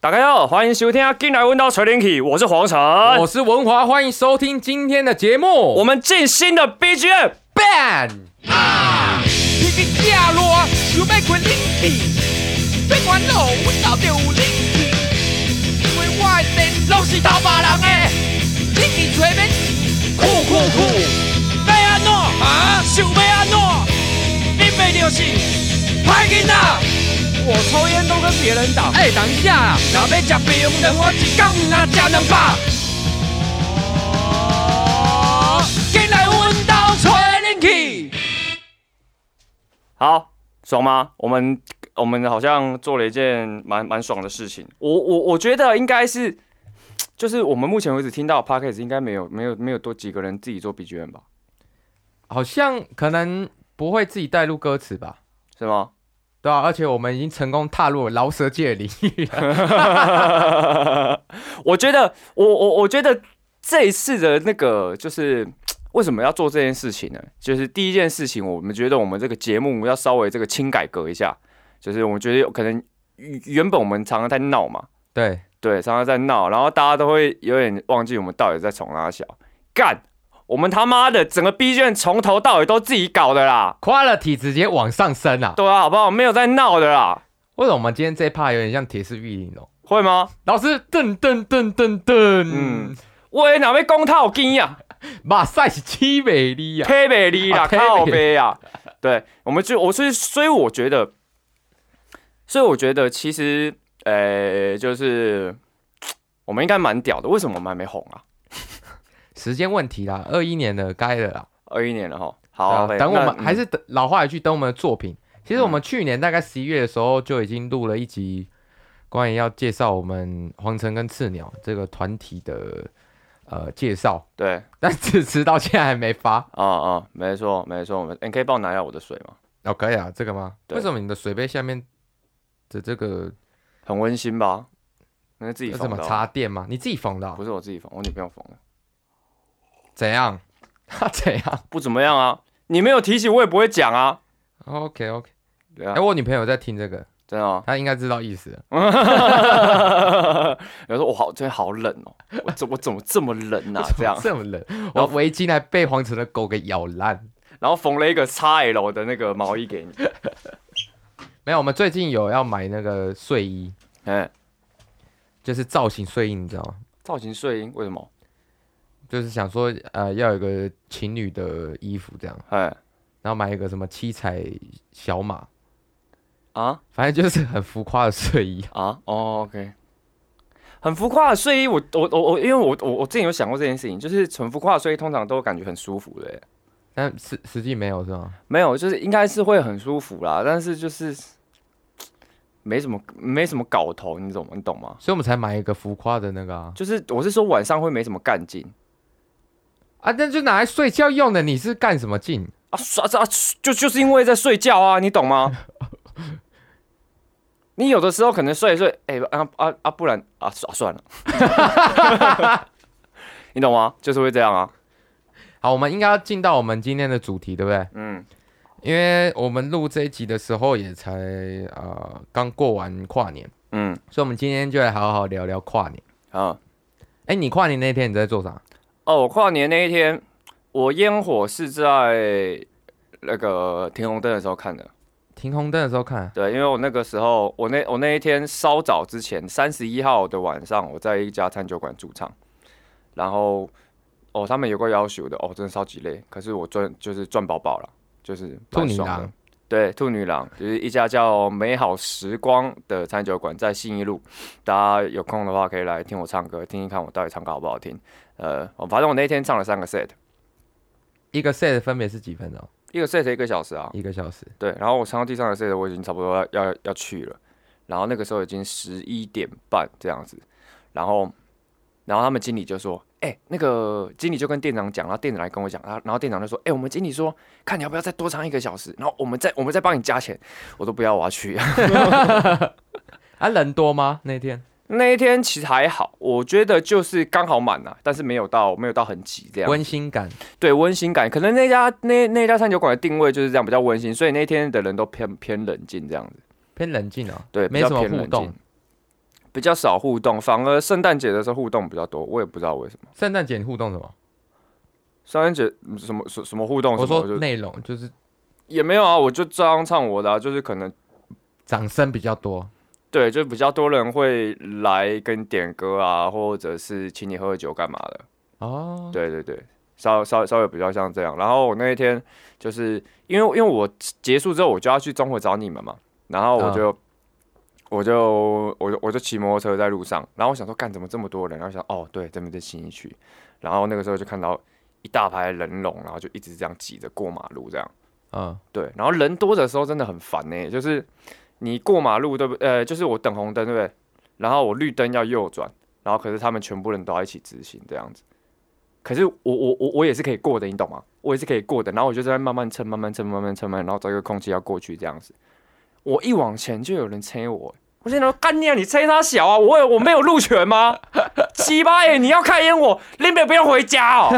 打开后，欢迎收听《进来问到锤林体》，我是黄晨。 我是文华，欢迎收听今天的节目。我我们进新的 BGM， ban 啊天气正热，想要开冷气，别烦恼，阮家就有冷气。因为我的电拢是偷别人的，冷气吹免钱，酷酷酷！要安怎啊？想要安怎？你袂就是歹囡仔。我抽烟都跟别人打。哎、等一下啦，若要食冰糖，我一工若食两百。哦，进来阮家吹冷气。好爽吗？我们我们好像做了一件蛮蛮爽的事情。我我我觉得应该是，就是我们目前为止听到 p a c k a g e 应该没有没有没有多几个人自己做 BGM 吧？好像可能不会自己带入歌词吧？是吗？对啊，而且我们已经成功踏入了饶舌界领域 了。 我觉得，我我我觉得这一次的那个就是。为什么要做这件事情呢？就是第一件事情，我们觉得我们这个节目要稍微这个轻改革一下，就是我们觉得有可能原原本我们常常在闹嘛，对，对，常常在闹，然后大家都会有点忘记我们到底在从哪小干，我们他妈的整个 B 卷从头到尾都自己搞的啦， quality 直接往上升啊！对啊，好不好？没有在闹的啦，为什么我们今天这一趴有点像铁丝玉玲珑？会吗？老师，噔噔噔噔噔，嗯喂，哪位公套金呀、马赛是七美丽啊！推北离啦，啊推北靠背啊，对，我们就我所以所以我觉得，所以我觉得其实呃，就是我们应该蛮屌的，为什么我们还没红啊？时间问题啦，二一年的该了啦。二一年了哈，对好啊， OK，等我那们还嗯是等老话一句，等我们的作品。其实我们去年大概十一月的时候就已经录了一集，关于要介绍我们黄城跟赤鸟这个团体的呃介绍，对但迟迟到现在还没发。啊啊，没错没错，我们欸你可以帮我拿一下我的水吗？哦，可以啊，这个吗？对为什么你的水杯下面的这个很温馨吧？那是自己要缝怎么的哦，插电吗？你自己缝的哦、不是我自己缝，我女朋友缝的，怎样？ 他怎样不怎么样啊。你没有提醒我也不会讲啊， ？OK OK，对哎、啊，我女朋友在听这个，真的、哦。 她应该知道意思了。然后说我好，最近好冷哦，我怎我怎么这么冷 啊？这样，这么冷，后我围巾还被黄城的狗给咬烂。然后缝了一个 XL 的那个毛衣给你，没有，我们最近有要买那个睡衣，哎，就是造型睡衣，你知道吗？造型睡衣为什么？就是想说，呃，要有个情侣的衣服这样，哎然后买一个什么七彩小马，啊反正就是很浮夸的睡衣。 啊哦，OK，很浮夸的睡衣，我我我我，因为我我我之前有想过这件事情，就是很浮夸的睡衣通常都感觉很舒服的，欸但实实际没有是吗？没有，就是应该是会很舒服啦，但是就是没什么没什么搞头，你懂吗？你懂吗？所以我们才买一个浮夸的那个啊，就是我是说晚上会没什么干劲啊，那就拿来睡觉用的。你是干什么劲？啊，刷啊，就就是因为在睡觉啊，你懂吗？你有的时候可能睡一睡，哎、啊啊啊，不然啊，算算了， 你懂吗？就是会这样啊，好，我们应该要进到我们今天的主题，对不对？嗯，因为我们录这一集的时候也才呃刚过完跨年，嗯所以我们今天就来好好聊聊跨年。啊，哎，你跨年那天你在做啥？哦，我跨年那一天，我烟火是在那个停红灯的时候看的，停红灯的时候看啊、对，因为我那个时候，我那我那一天稍早之前，三十一号的晚上，我在一家餐酒馆驻唱，然后哦，他们有个要求的，哦，真的超级累，可是我赚就是赚饱饱了，就是兔蛮女爽的郎，对，兔女郎就是一家叫美好时光的餐酒馆，在信义路，大家有空的话可以来听我唱歌，听听看我到底唱歌好不好听。呃，我反正我那天唱了三个 set，一个 set 分别是几分钟？一个 set 一个小时啊，一个小时。对，然后我上到第三个 set，我已经差不多要要要去了，然后那个时候已经十一点半这样子，然后然后他们经理就说，哎、那个经理就跟店长讲，然后店长来跟我讲，然后然后店长就说，哎、我们经理说，看你要不要再多唱一个小时，然后我们再我们再帮你加钱，我都不要，我要去。 啊，人多吗？那天？那一天其实还好，我觉得就是刚好满了、啊但是没有到没有到很挤这样子。温馨感，对温馨感，可能那家那那家餐酒馆的定位就是这样，比较温馨，所以那天的人都偏偏冷静这样子。偏冷静哦。对，比没较什么偏互冷动静。比较少互动，反而圣诞节的时候互动比较多，我也不知道为什么。圣诞节你互动什么？圣诞节嗯什么什什么互动什我么，说就内容就是也没有啊，我就照样唱我的、啊，就是可能掌声比较多，对，就比较多人会来跟你点歌啊，或者是请你喝酒干嘛的。哦，对对对，稍稍稍微比较像这样。然后我那一天就是因为因为我结束之后我就要去中和找你们嘛，然后我就、我就我就我就骑摩托车在路上，然后我想说干怎么这么多人，然后想哦对，这边在新一区，然后那个时候就看到一大排人龙，然后就一直这样挤着过马路这样。嗯，对，然后人多的时候真的很烦呢、欸就是你过马路对不呃，就是我等红灯对不对？然后我绿灯要右转，然后可是他们全部人都要一起直行这样子。可是我我我我也是可以过的，你懂吗？我也是可以过的，然后我就在那慢慢蹭，慢慢蹭，慢慢蹭，慢慢，然后找一个空隙要过去这样子。我一往前就有人催我、欸我现在说干你啊，你催他小啊，我有我没有路权吗？ 鸡巴耶，你要看烟我，林北不要回家哦。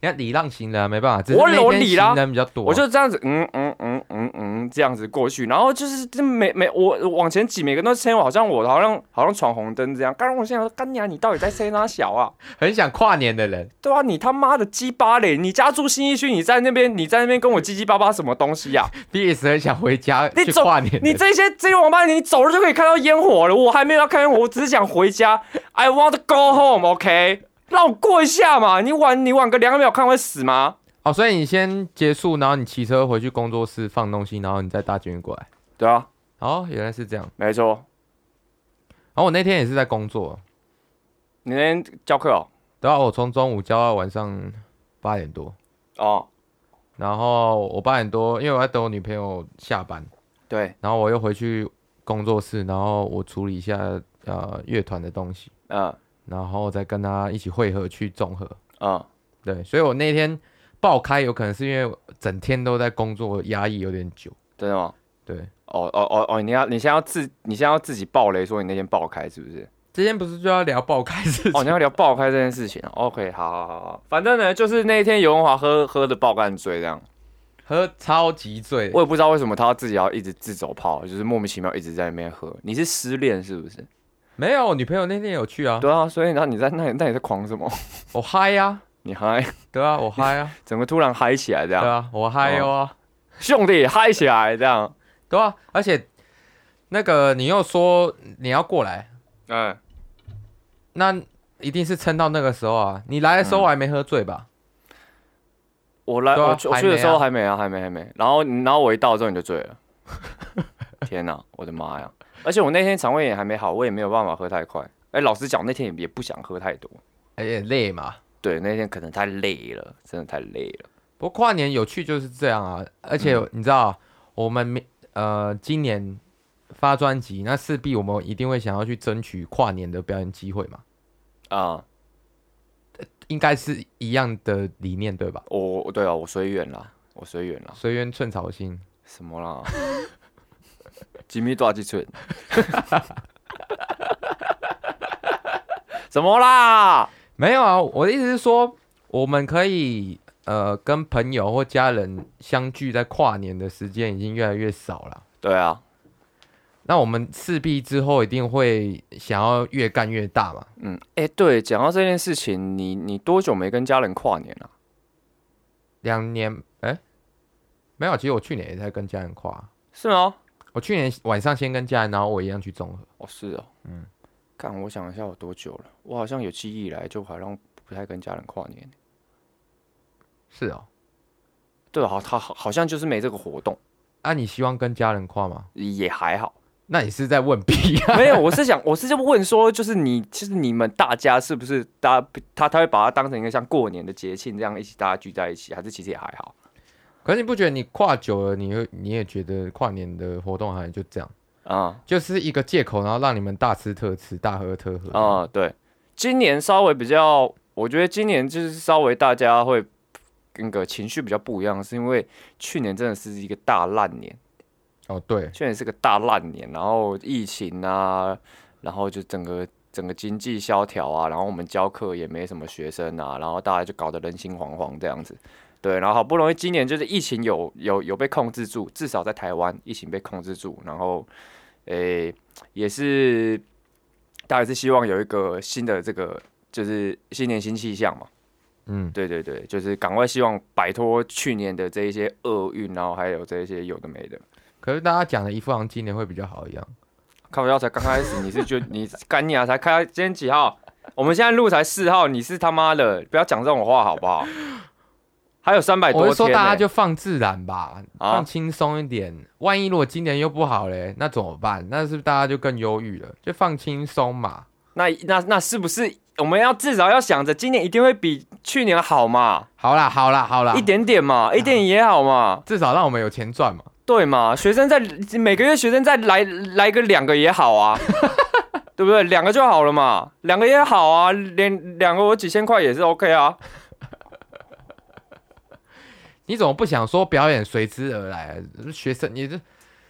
你看礼让行人啊没办法，只是我那天我礼让行人比较多，我就这样子，嗯嗯嗯嗯嗯，这样子过去，然后就是这每每我我往前挤，每个人都牵我，好像我好像好像闯红灯这样。刚我现在说干娘，你到底在塞哪小啊？很想跨年的人，对啊，你他妈的鸡巴嘞！你家住新一区，你在那边你在那边跟我叽叽巴巴什么东西呀、啊？你也是很想回家你去走跨年的你这些这些王八蛋，你走了就可以看到烟火了，我还没有要看烟火，我只是想回家。I want to go home，OK？、让我过一下嘛！你晚你晚个两秒看会死吗？哦，所以你先结束，然后你骑车回去工作室放东西，然后你再搭捷运过来。对啊，哦，原来是这样。没错。然后我那天也是在工作，你那天教课哦？然后我啊从中午教到晚上八点多，哦，然后我八点多，因为我在等我女朋友下班，对，然后我又回去工作室，然后我处理一下呃乐团的东西，嗯然后再跟她一起汇合去综合。嗯。对，所以我那天爆开，有可能是因为我整天都在工作，我压抑有点久。真的吗？对，哦哦哦哦，你要你现在要自你现在要自己爆雷，说你那天爆开是不是？之前不是就要聊爆开事情？哦，你要聊爆开这件事情啊。OK，好好好好，反正呢，就是那一天游文华喝喝的爆干醉这样， 喝超级醉，我也不知道为什么他要自己要一直自走炮，就是莫名其妙一直在那边喝。你是失恋是不是？没有，我女朋友那天有去啊，对啊，所以然后你在那里那你在狂什么？ 我嗨呀、啊，你嗨，对啊，我嗨 啊，整个突然嗨起来这对样，啊，我嗨哟啊，兄弟嗨起来这样，对啊，而且那个你又说你要过来，嗯，那一定是撑到那个时候啊。你来的时候我还没喝醉吧？我来、对啊我去我还去没的时候啊还没啊，还没还没。然后然后我一到之后你就醉了， 天哪、我的妈呀！而且我那天肠胃炎还没好，我也没有办法喝太快。哎、老实讲，那天也也不想喝太多。哎、也累嘛。对，那天可能太累了，真的太累了。不过跨年有趣就是这样啊，而且你知道、我们明呃今年发专辑，那势必我们一定会想要去争取跨年的表演机会嘛，啊、应该是一样的理念对吧？我我对啊，我随缘啦，我随缘啦，随缘寸草心。什么啦？吉米多几寸？怎么啦？没有啊，我的意思是说，我们可以呃跟朋友或家人相聚，在跨年的时间已经越来越少了。对啊，那我们势必之后一定会想要越干越大嘛？嗯，哎、对，讲到这件事情，你你多久没跟家人跨年了、两年哎、没有，其实我去年也在跟家人跨，是吗？我去年晚上先跟家人，然后我一样去综合。哦，是哦，嗯，看我想一下，我多久了？我好像有记忆以来就好像不太跟家人跨年。是哦，对，好，他好好像就是没这个活动，啊，你希望跟家人跨吗？也还好。 那你是在问屁啊？ 没有，我是想，我是就问说，就是你，其实你们大家是不是大家他他会把它当成一个像过年的节庆这样一起大家聚在一起，还是其实也还好？可是你不觉得你跨久了，你会你也觉得跨年的活动好像就这样？啊、就是一个借口，然后让你们大吃特吃、大喝特喝。啊、对，今年稍微比较，我觉得今年就是稍微大家会那个情绪比较不一样，是因为去年真的是一个大烂年。哦，对，去年是个大烂年，然后疫情啊，然后就整个整个经济萧条啊，然后我们教课也没什么学生啊，然后大家就搞得人心惶惶这样子。对，然后好不容易今年就是疫情有有有被控制住，至少在台湾疫情被控制住，然后诶、也是大概是希望有一个新的这个就是新年新气象嘛。嗯，对对对，就是赶快希望摆脱去年的这一些厄运，然后还有这一些有的没的。可是大家讲的一副好像今年会比较好一样。靠腰才刚开始，你是觉得你干你啊？才开今天几号？我们现在录才四号，你是他妈的不要讲这种话好不好？还有三百多我天、是说大家欸就放自然吧，啊放轻松一点。万一如果今年又不好嘞，那怎么办？那是不是大家就更忧郁了？就放轻松嘛。那那那是不是我们要至少要想着今年一定会比去年好嘛？好啦，好啦，好啦，一点点啊嘛，一点也好嘛，至少让我们有钱赚嘛。对嘛？学生在每个月学生再来来个两个也好 啊，对不对？两个就好了嘛，两个也好啊，连两个我几千块也是 OK 啊。你怎么不想说表演随之而来、学生，你这，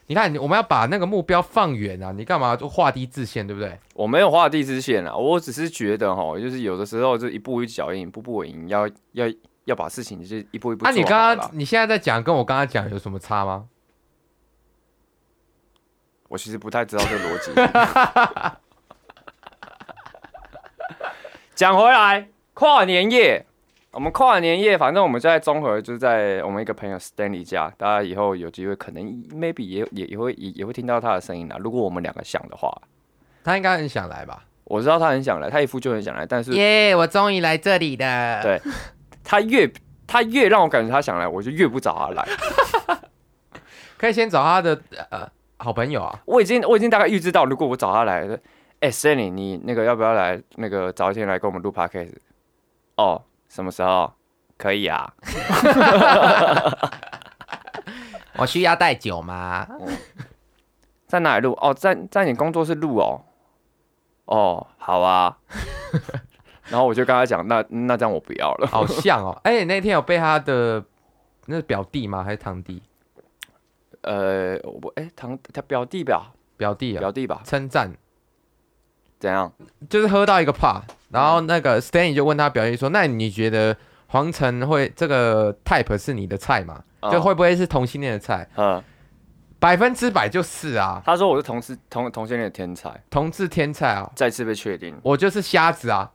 你看，我们要把那个目标放远啊！你干嘛就画低自限，对不对？我没有画地之线啊，我只是觉得哈，就是有的时候就一步一脚印，一步步为营，要要要把事情就是一步一步做好啦。那、啊你刚刚你现在在讲，跟我刚刚讲有什么差吗？我其实不太知道这个逻辑。 讲回来，跨年夜，我们跨年夜，反正我们就在综合，就是在我们一个朋友 Stanley 家，大家以后有机会可能 maybe 也也也会也也会听到他的声音啦。如果我们两个想的话，他应该很想来吧？我知道他很想来，他一副就很想来，但是耶我终于来这里了对他越他越让我感觉他想来，我就越不找他来。可以先找他的呃好朋友啊。我已经我已经大概预知到，如果我找他来，哎、s a n n y 你那个要不要来那个早一天来跟我们录 podcast？哦，什么时候？可以啊，我需要带酒吗？在哪里录？哦，在在你工作室录哦。哦，好 啊。然后我就跟他讲，那那这样我不要了。好像哦， 哎、那天有被他的那是表弟吗？还是堂弟？呃，我哎、堂他表弟吧，表弟啊，表弟吧，称赞怎样？就是喝到一个 part，然后那嗯个 Stanley 就问他表弟说：“那你觉得黄晨会这个 type 是你的菜吗？嗯就会不会是同性恋的菜？嗯，百分之百就是啊，他说我是同事同同性恋的天才，同志天菜啊，再次被确定。我就是瞎子啊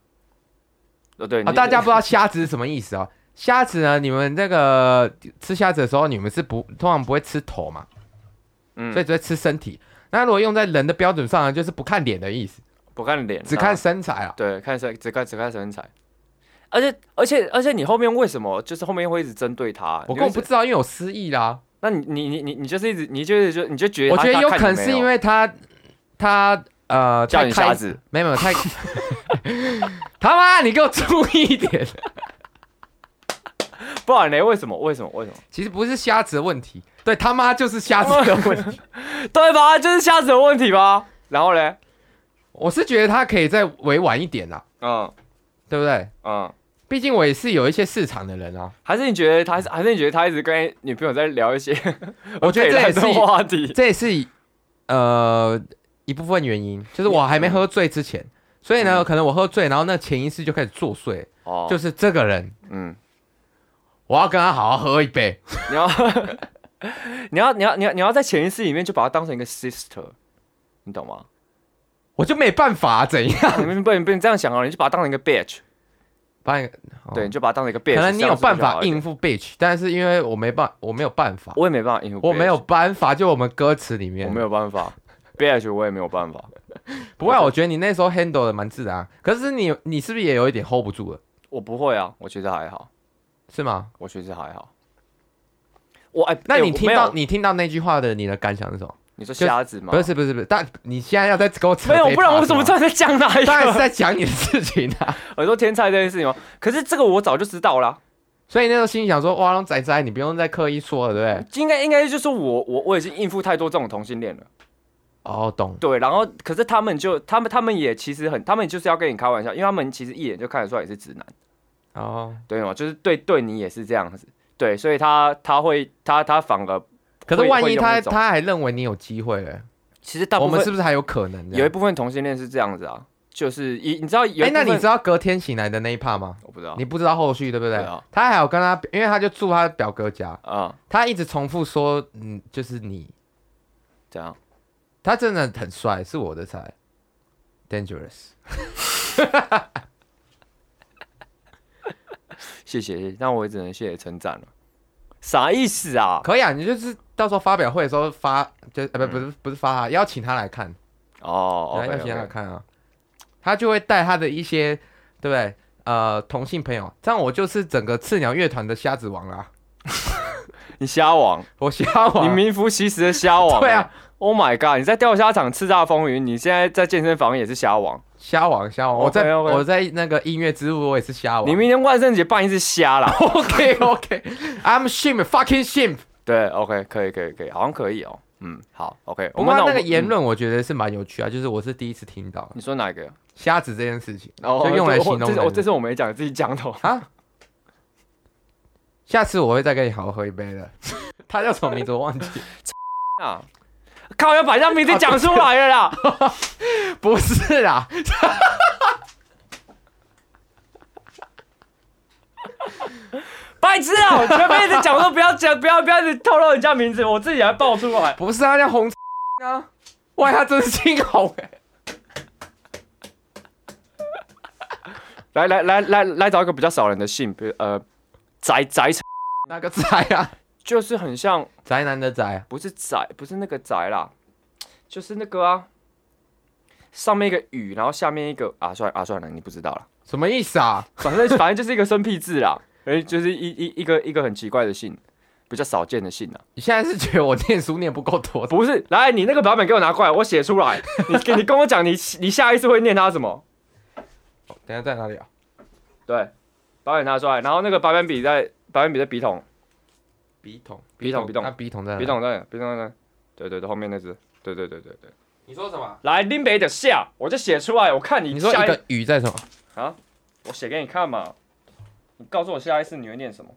哦，对，啊！你大家不知道瞎子是什么意思啊？瞎子呢，你们那个吃虾子的时候，你们是不通常不会吃头嘛，嗯所以只会吃身体。那如果用在人的标准上呢，就是不看脸的意思，不看脸，只看身材啊。对，看身只看只看身材，而且而且而且你后面为什么就是后面会一直针对他？我你根会本不一直知道，因为我失忆啦。那你你你你你就是一直你就是就你就觉得我他觉得他有看可你能没是有因为他他呃叫太你开瞎子，没有没 有太他妈，你给我注意一点。不然呢？为什么为什么为什么？其实不是瞎子的问题，对他妈就是瞎子的问题。 对吧？就是瞎子的问题吧？然后嘞，我是觉得他可以再委婉一点啦，嗯对不对？嗯，毕竟我也是有一些市场的人啊，还是你觉得他还是你觉得他一直跟女朋友在聊一些 我觉得这也是北兰的话题，这也是呃一部分原因，就是我还没喝醉之前，所以呢，嗯可能我喝醉，然后那潜意识就开始作祟，哦，就是是这个人，嗯，我要跟他好好喝一杯。你要你要你要你要你要在潜意识里面就把他当成一个 sister，你懂吗？ 我就没办法、啊怎样？ 你们不能不能这样想哦，你就把他当成一个 bitch。把你对，你就把它当成一个 bitch。啊可能你有办法应，应付 bitch，但是因为我没办，我没有办法，我也没办法应付 bitch，我没有办法，就我们歌词里面，我没有办法 bitch，我也没有办法。不会啊，我觉得你那时候 handle 的蛮自然啊，可是你你是不是也有一点 hold 不住了，我不会啊，我其实还好，是吗？我其实还好。我哎，那哎你我听没有到你听到那句话的你的感想是什么？你说瞎子吗？不是不是不是，但你现在要再跟我扯没有，这一不然趴我怎么是知吗道你在讲 哪一当然是个？在讲你的事情啊，我说天才这件事情吗？可是这个我早就知道啦，所以那时候心里想说，哇，仔仔，你不用再刻意说了，对不对？应该应该就是我我我已经应付太多这种同性恋了。哦，懂，对，然后可是他们就他们他们也其实很，他们就是要跟你开玩笑，因为他们其实一眼就看得出来你是直男。哦，对吗？就是对对你也是这样子，对，所以他他会他他反而，可是会万哦会一用他那种他还认为你有机会嘞，其实大我部们分是不是还有可能的？有一部分同性恋是这样子啊，就是一你知道有哎、一部那分，你知道隔天醒来的那一趴吗？我不知道你不知道后续对不对？对啊他还有跟他，因为他就住他表哥家，啊、他一直重复说，嗯，就是你，怎样？他真的很帅，是我的菜。Dangerous，谢谢，那我也只能谢谢称赞了。啥意思啊？可以啊，你就是到时候发表会的时候发，就呃不不是不是发他，邀请他来看，嗯哦对啊邀请他来，OK，看啊，他就会带他的一些对不对？呃，同性朋友，这样我就是整个赤鸟乐团的瞎子王啦，你瞎网，我瞎你王，名副其实的瞎网。对啊，Oh my god！你在钓虾场叱咤风云，你现在在健身房也是瞎网。瞎王瞎王，我在 OK，OK 我在那个音乐之路我也是瞎王你明天万圣节办一次瞎啦。 ，OK OK，I'm shimp fucking shimp，对，OK，可以，可以，可以，好像可以哦。嗯，好，OK。我们那那我个们言，嗯论我觉得是蛮有趣啊，就是我是第一次听到你说哪个？瞎子这件事情，哦就用来形容这人这这是我没讲，自己讲的哦。啊。下次我会再跟你好好喝一杯的。 他叫什么名字我忘记，啊， 靠，要把人家名字讲出来了啦。 不是啦。白痴啊！我前面一直讲说不要讲，不要不要一直透露人家名字，我自己还爆出来。不是啊，叫红啊！哇，他真是姓红哎、 来来来来来找一个比较少人的姓，比如呃，宅宅 那个宅啊？就是很像，宅男的宅，啊不是宅，不是那个宅啦，就是那个啊，上面一个雨，然后下面一个啊，算了啊算了，你不知道了，什么意思啊？反正反正就是一个生僻字啦， 哎，就是一一一个一个很奇怪的姓，比较少见的姓啊。你现在是觉得我念书念不够多？不是，来你那个版本给我拿过来，我写出来。你你跟我讲，你你下一次会念它什么？等一下在哪里啊？对，把本拿出来，然后那个白板笔在白板笔在笔筒，笔筒，笔筒笔筒那笔筒在哪？笔。筒在笔筒在，对对对，后面那只，对对对对对。你说什么？来林北的下，我就写出来，我看你你说下一个雨在什么？啊，我写给你看嘛，你告诉我下一次你会念什么？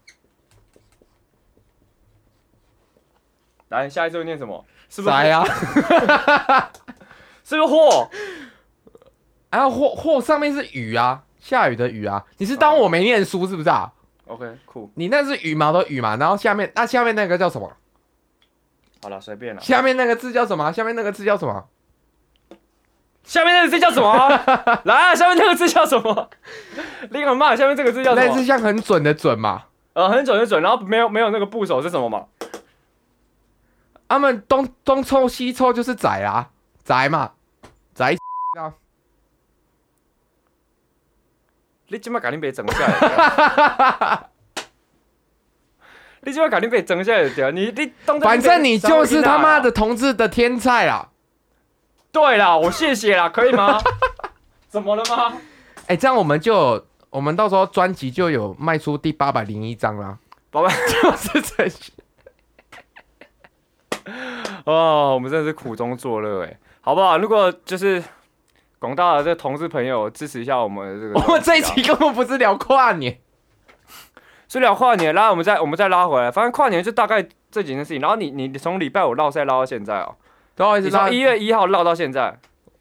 来，下一次会念什么？是不是？宅啊！是不是货？啊，或或上面是雨啊，下雨的雨啊。你是哦当我没念书是不是啊？ OK，酷，你那是羽毛的羽嘛，然后下面那、下面那个叫什么？好了，随便了。下面那个字叫什么？下面那个字叫什么？下面那个字叫什 么？来、啊，下面那个字叫什么？林很慢，下面这个字叫什类似么？像很准的准嘛。呃，很准很准，然后没有没有那个部首是什么嘛？他们东东抽西抽就是窄啦，窄嘛，窄啊，你今麦肯定被整下来。 你今麦肯定被整下来对啊！你你当作反正你就是他妈被的同志的天菜啊啦。啊对啦，我谢谢啦，可以吗？ 怎么了吗？哎、这样我们就有我们到时候专辑就有卖出第八百零一张啦。宝贝，就是这些，哦，我们真的是苦中作乐哎，好不好？如果就是广大的这同事朋友支持一下我们的这个 我东西啊，们这一期根本不是聊跨年，是聊跨年，然后我们再我们再拉回来，反正跨年就大概这几件事情。然后你你你从礼拜五绕赛绕到现在哦，都要一直你到从一月一号绕到现在，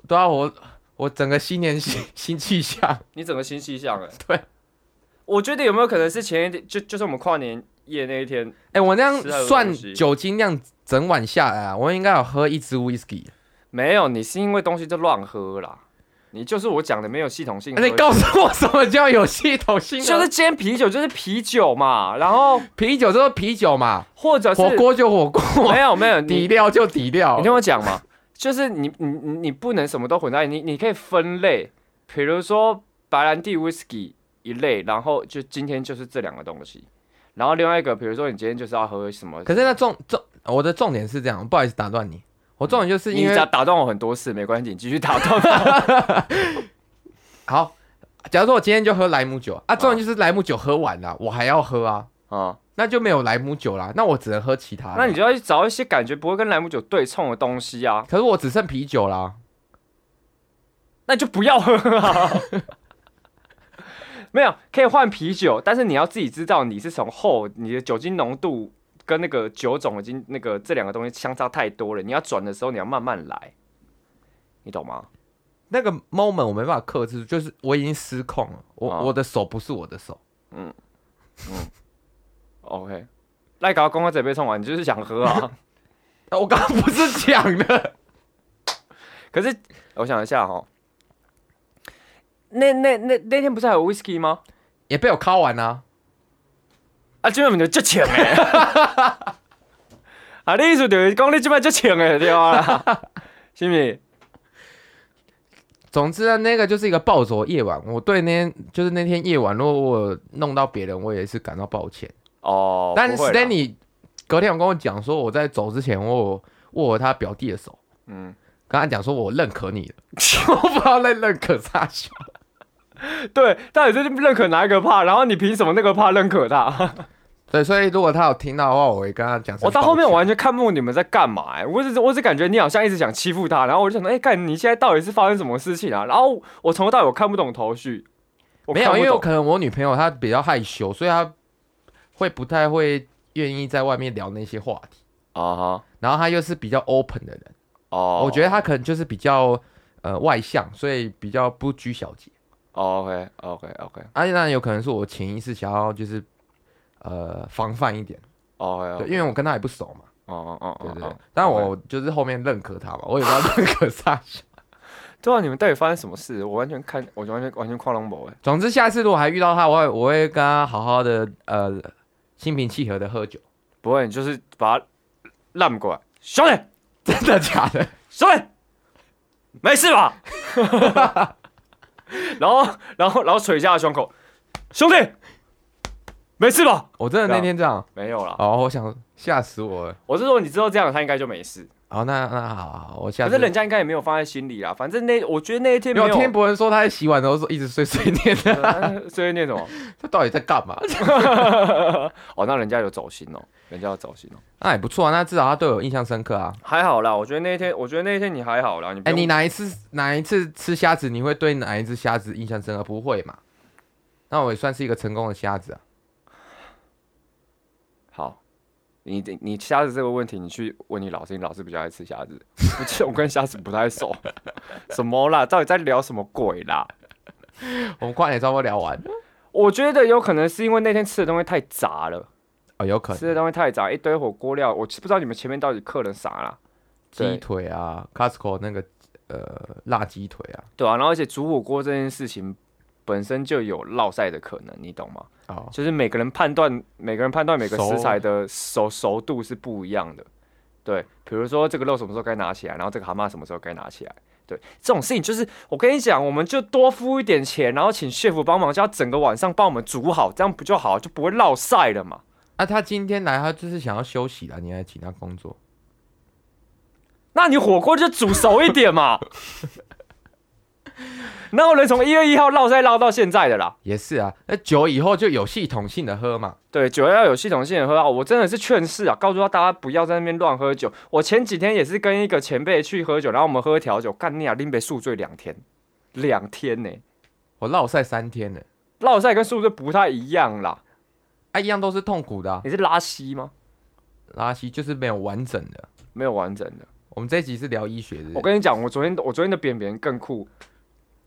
都要我我整个新年新新气象，你整个新气象哎。 对，我觉得有没有可能是前一天就就是我们跨年夜那一天？哎、我那吃太多样算东西酒精量整晚下来啊，我应该有喝一支 whisky。没有，你是因为东西就乱喝啦，你就是我讲的没有系统性喝那酒。你啊告诉我什么叫有系统性？就是今天啤酒就是啤酒嘛，然后啤酒就是啤酒嘛，或者是火锅就火锅，没有没有底你料就底料你。听我讲嘛，就是你你你你不能什么都混在一起，你你可以分类，比如说白兰地 whisky 一类，然后就今天就是这两个东西，然后另外一个比如说你今天就是要喝什么，可是那重重我的重点是这样，不好意思打断你，我重点就是你因为打打断我很多次，没关系，你继续打断我。好，假如说我今天就喝莱姆酒啊，重点就是莱姆酒喝完了，我还要喝啊， 啊、那就没有莱姆酒啦，那我只能喝其他的。那你就要去找一些感觉不会跟莱姆酒对冲的东西啊，可是我只剩啤酒啦，那就不要喝啊。 没有，可以换啤酒，但是你要自己知道你是从后你的酒精浓度跟那个酒种已经那个这两个东西相差太多了，你要转的时候你要慢慢来，你懂吗？那个 moment 我没办法克制，就是我已经失控了，我、哦我的手不是我的手， OK，赖搞公开嘴被冲完，你就是想喝啊？啊我刚刚不是讲的， 可是我想一下哈，那那那那天不是还有 whisky 吗？也被我敲完啦、啊，基本就就请诶。 啊，你意思就是讲你即摆就请诶，对啊啦，是不是？总之呢，那个就是一个暴走夜晚。我对那天就是那天夜晚，如果我弄到别人，我也是感到抱歉。哦，但是不会啦 Stanley 隔天有跟我讲说，我在走之前我有握了他表弟的手，嗯，跟他讲说我认可你了， 我不知道在认可啥小。对，到底是认可哪一个怕？然后你凭什么那个怕认可 他？对，所以如果他有听到的话，我会跟他讲 声我抱歉。到后面我完全看不懂你们在干嘛、欸，我只是我只感觉你好像一直想欺负他，然后我就想说，哎、干你现在到底是发生什么事情啊？然后我从头到尾我看不懂头绪，我没看有，不因为懂可能我女朋友她比较害羞，所以她会不太会愿意在外面聊那些话题。啊哈然后她又是比较 open 的人，哦，我觉得得她可能就是比较呃外向，所以比较不拘小节。哦 OK OK OK 而且当然有可能是我潜意识想要就是呃防范一点，哦 OK，对，因为我跟她也不熟嘛，哦哦对哦对对哦，。但我就是后面认可她嘛，我也不知道认可啥。 对啊，你们到底发生什么事？我完全看，我完全完全跨龙博哎。总之，下次如果还遇到她，我会我会跟她好好的呃心平气和的喝酒。 不会，你就是把他烂过来，兄弟，真的假的？兄弟，没事 吧？然后，然后，然后捶一下他胸口，兄弟，没事吧？我真的那天这样。没有啦，哦，我想吓死我了。我是说你之后这样，他应该就没事。好，那那好好，我下可次是。人家应该也没有放在心里啦。反正那我觉得那一天没没有有，听博文说他在洗碗的时候说一直碎碎念的， 呃所以那什么，他到底在干嘛？哦，那人家有走心哦，人家有走心哦，那也不错啊，那至少他对我有印象深刻啊。还好啦。我觉得那一天，我觉得那一天你还好啦，你不哎、用你哪一次哪一次吃虾子，你会对哪一只虾子印象深刻？不会嘛？那我也算是一个成功的虾 子啊。好，你得你虾子这个问题，你去问你老师，你老师比较爱吃虾子。 不是，我跟虾子不太熟。什么啦？到底在聊什么鬼啦？我们快点差不多聊完我觉得有可能是因为那天吃的东西太杂了，哦，有可吃能的东西太杂，一堆火锅料，我不知道你们前面到底客人啥啦。对鸡腿啊，Costco 那个呃辣鸡腿啊，对啊，然后而且煮火锅这件事情本身就有落赛的可能，你懂吗？哦，就是每个人判断，每个人判断每个熟食材的熟熟度是不一样的。对，比如说这个肉什么时候该拿起来，然后这个蛤蟆什么时候该拿起来。对，这种事情就是我跟你讲，我们就多付一点钱，然后请 chef 帮忙，叫他整个晚上帮我们煮好，这样不就好，就不会落晒了嘛。那、啊他今天来，他就是想要休息了，你还请他工作？那你火锅就煮熟一点嘛。哪有人从一月一号落晒落到现在的啦？也是啊，那酒以后就有系统性的喝嘛。对，酒要有系统性的喝啊！我真的是劝世啊，告诉大家不要在那边乱喝酒。我前几天也是跟一个前辈去喝酒，然后我们喝调酒，干你啊，拎杯宿醉两天，两天呢、我落晒三天了，落赛跟宿醉不太一样啦。啊，一样都是痛苦的、啊，你是拉稀吗？拉稀就是没有完整的。没有完整的。我们这一集是聊医学的，我跟你讲，我昨天我昨天的扁扁更酷，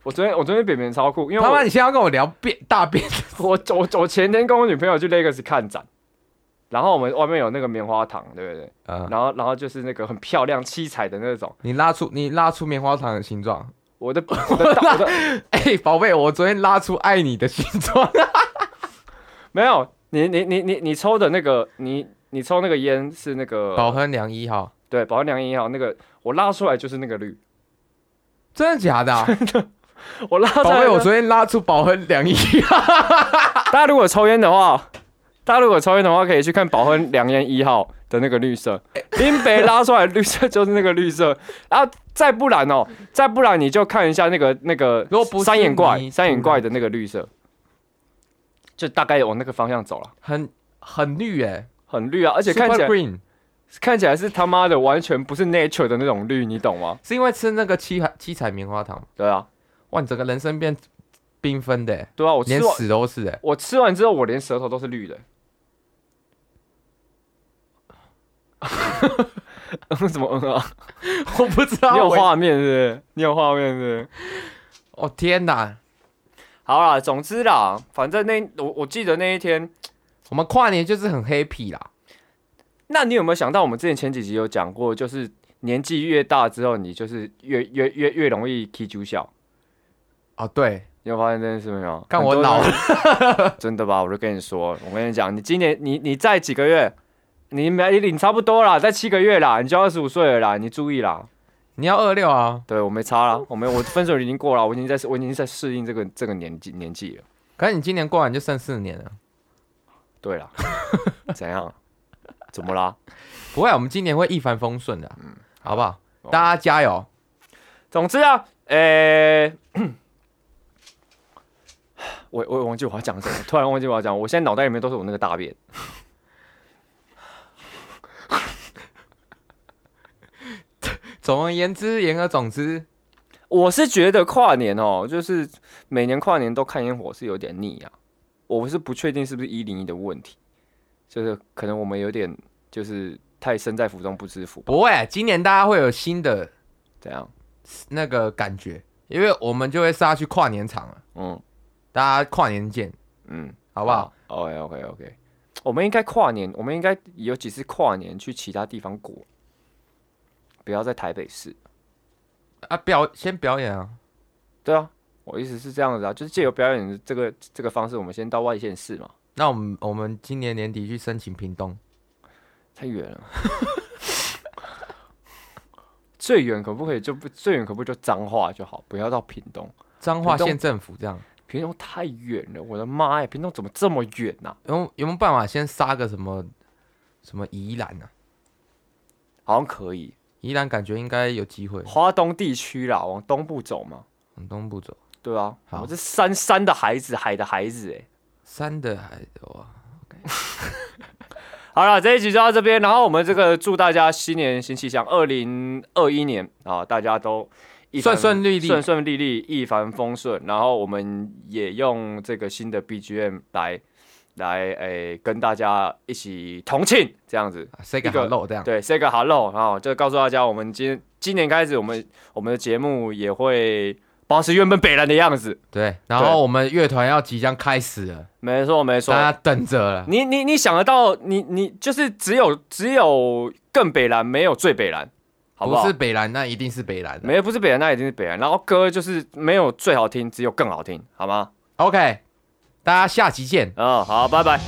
我昨天我昨天扁扁超酷，因为他妈，我你现在要跟我聊变大便，我我我前天跟我女朋友去 Lagos 看展，然后我们外面有那个棉花糖，对不对？呃，然后然后就是那个很漂亮七彩的那种，你拉出你拉出棉花糖的形状， 我的我的大我的哎、宝贝，我昨天拉出爱你的形状，没有，你你你你你抽的那个，你你抽那个烟是那个 宝亨良一号，对保温良烟号那个，我拉出来就是那个绿， 真的假的、啊？啊我拉出宝来贝，就。我昨天拉出宝亨良一号，大家如果抽烟的话，大家如果抽烟的话，可以去看保温良烟一号的那个绿色， 林北拉出来绿色就是那个绿色，然后再不然哦，再不然你就看一下那个那个如果不是三眼怪你三眼怪的那个绿色，就大概往那个方向走了，很很绿哎、很绿啊，而而且看起来 green 看起来是他妈的完全不是 nature 的那种绿，你懂吗？是因为吃那个七海七彩棉花糖，对啊。哇，你整个人生变缤纷的、欸，对啊，我吃连完屎都是哎、我吃完之后，我连舌头都是绿 的。嗯怎么嗯 啊？ 我不知你道有我，画面是不是？你有画面是不是？哦天哪，好啦，总之啦，反正那我我记得那一天，我们跨年就是很 happy 啦。那你有没有想到我们之前前几集有讲过，就是年纪越大之后，你就是越越越越容易踢足笑。哦，对，你有发现这件事没有？看我很多人老 了，真的吧？我就跟你说，我跟你讲，你今年你你再几个月，你没领差不多啦，再七个月啦，你就二十五岁了啦，你注意啦。你要二六啊。对我没差 啦，我没我分手已经过了，我已经在我已经在适应这个这个年纪年纪了。可是你今年过完就剩四年了。对 啦，怎样？怎么啦？不会啊，我们今年会一帆风顺的啊，好不好哦？大家加油！总之啊，呃、 我我也忘记我要讲什么，突然忘记我要讲，我现在脑袋里面都是我那个大便。总而言之，言而总之，我是觉得跨年哦，就是每年跨年都看烟火是有点腻啊。我是不确定是不是一零一的问题，就是可能我们有点就是太身在福中不知福，不会啊，今年大家会有新的这样，那个感觉，因为我们就会杀去跨年场了，嗯大家跨年见，嗯，好不好？ ？OK OK OK，我们应该跨年，我们应该有几次跨年去其他地方过，不要在台北市。啊，表先表演啊，对啊，我意思是这样子啊，就是借由表演这个这个方式，我们先到外县市嘛，那我们我们今年年底去申请屏东，太远了。最远可不可以就不最远可不可以就彰化就好，不要到屏东，彰化屏东县政府这样，屏东太远了，我的妈呀，屏东怎么这么远啊呐、有没有有没有办法先杀个什么什么宜兰啊？好像可以，宜兰感觉应该有机会，华东地区啦，往东部走嘛，往东部走，对啊，好我这山山的孩子，海的孩子、欸，山的还啊哇，好了，这一集就到这边。然后我们这个祝大家新年新气象，二零二一年啊，大家都一帆顺顺利利顺顺利利，一帆风顺。然后我们也用这个新的 BGM 来来诶、跟大家一起同庆，这样子。谁给一个好漏这样？对，say 个 hello，然后就告诉大家，我们今今年开始，我们我们的节目也会保持原本北兰的样子。对，然对后我们乐团要即将开始了，没错，没错，大家等着了。你你你想得到，你你就是只有只有更北蓝，没有最北蓝，好不好？是北蓝，那一定是北啊蓝的。没不是北蓝，那一定是北蓝。然后歌就是没有最好听，只有更好听，好吗？ OK，大家下集见。嗯，好，拜拜。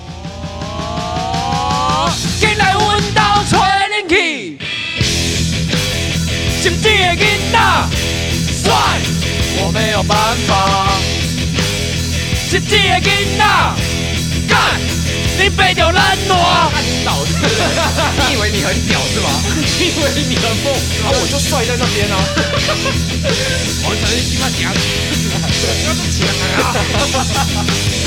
进来阮兜找恁去，心机的囡仔，帅，我没有办法。心机的囡仔，干，你背着咱啊烂。你以为你很屌是吗？你以为你很猛？啊，我就帅在那边啊！我才是鸡巴强，不要说强啊！